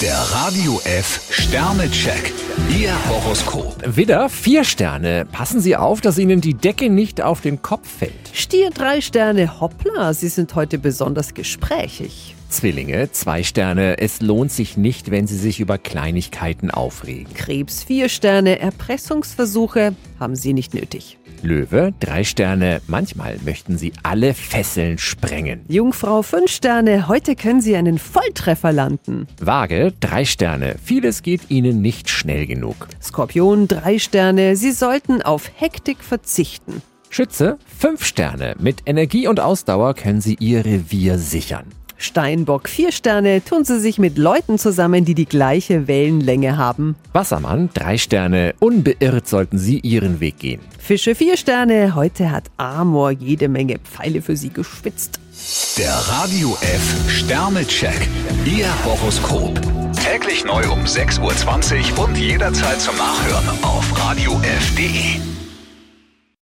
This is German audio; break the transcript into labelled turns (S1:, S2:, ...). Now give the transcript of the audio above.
S1: Der Radio F Sternecheck. Ihr Horoskop.
S2: Widder, vier Sterne. Passen Sie auf, dass Ihnen die Decke nicht auf den Kopf fällt.
S3: Stier drei Sterne, hoppla, Sie sind heute besonders gesprächig.
S2: Zwillinge, zwei Sterne. Es lohnt sich nicht, wenn Sie sich über Kleinigkeiten aufregen.
S3: Krebs vier Sterne, Erpressungsversuche haben Sie nicht nötig.
S2: Löwe, drei Sterne. Manchmal möchten Sie alle Fesseln sprengen.
S3: Jungfrau fünf Sterne, heute können Sie einen Volltreffer landen.
S2: Waage, drei Sterne. Vieles geht Ihnen nicht schnell genug.
S3: Skorpion drei Sterne, Sie sollten auf Hektik verzichten.
S2: Schütze, fünf Sterne. Mit Energie und Ausdauer können Sie Ihr Revier sichern.
S3: Steinbock vier Sterne, tun Sie sich mit Leuten zusammen, die die gleiche Wellenlänge haben.
S2: Wassermann, drei Sterne. Unbeirrt sollten Sie Ihren Weg gehen.
S3: Fische vier Sterne, heute hat Amor jede Menge Pfeile für Sie gespitzt.
S1: Der Radio F Sternecheck. Ihr Horoskop. Täglich neu um 6.20 Uhr und jederzeit zum Nachhören auf Radio radiof.de.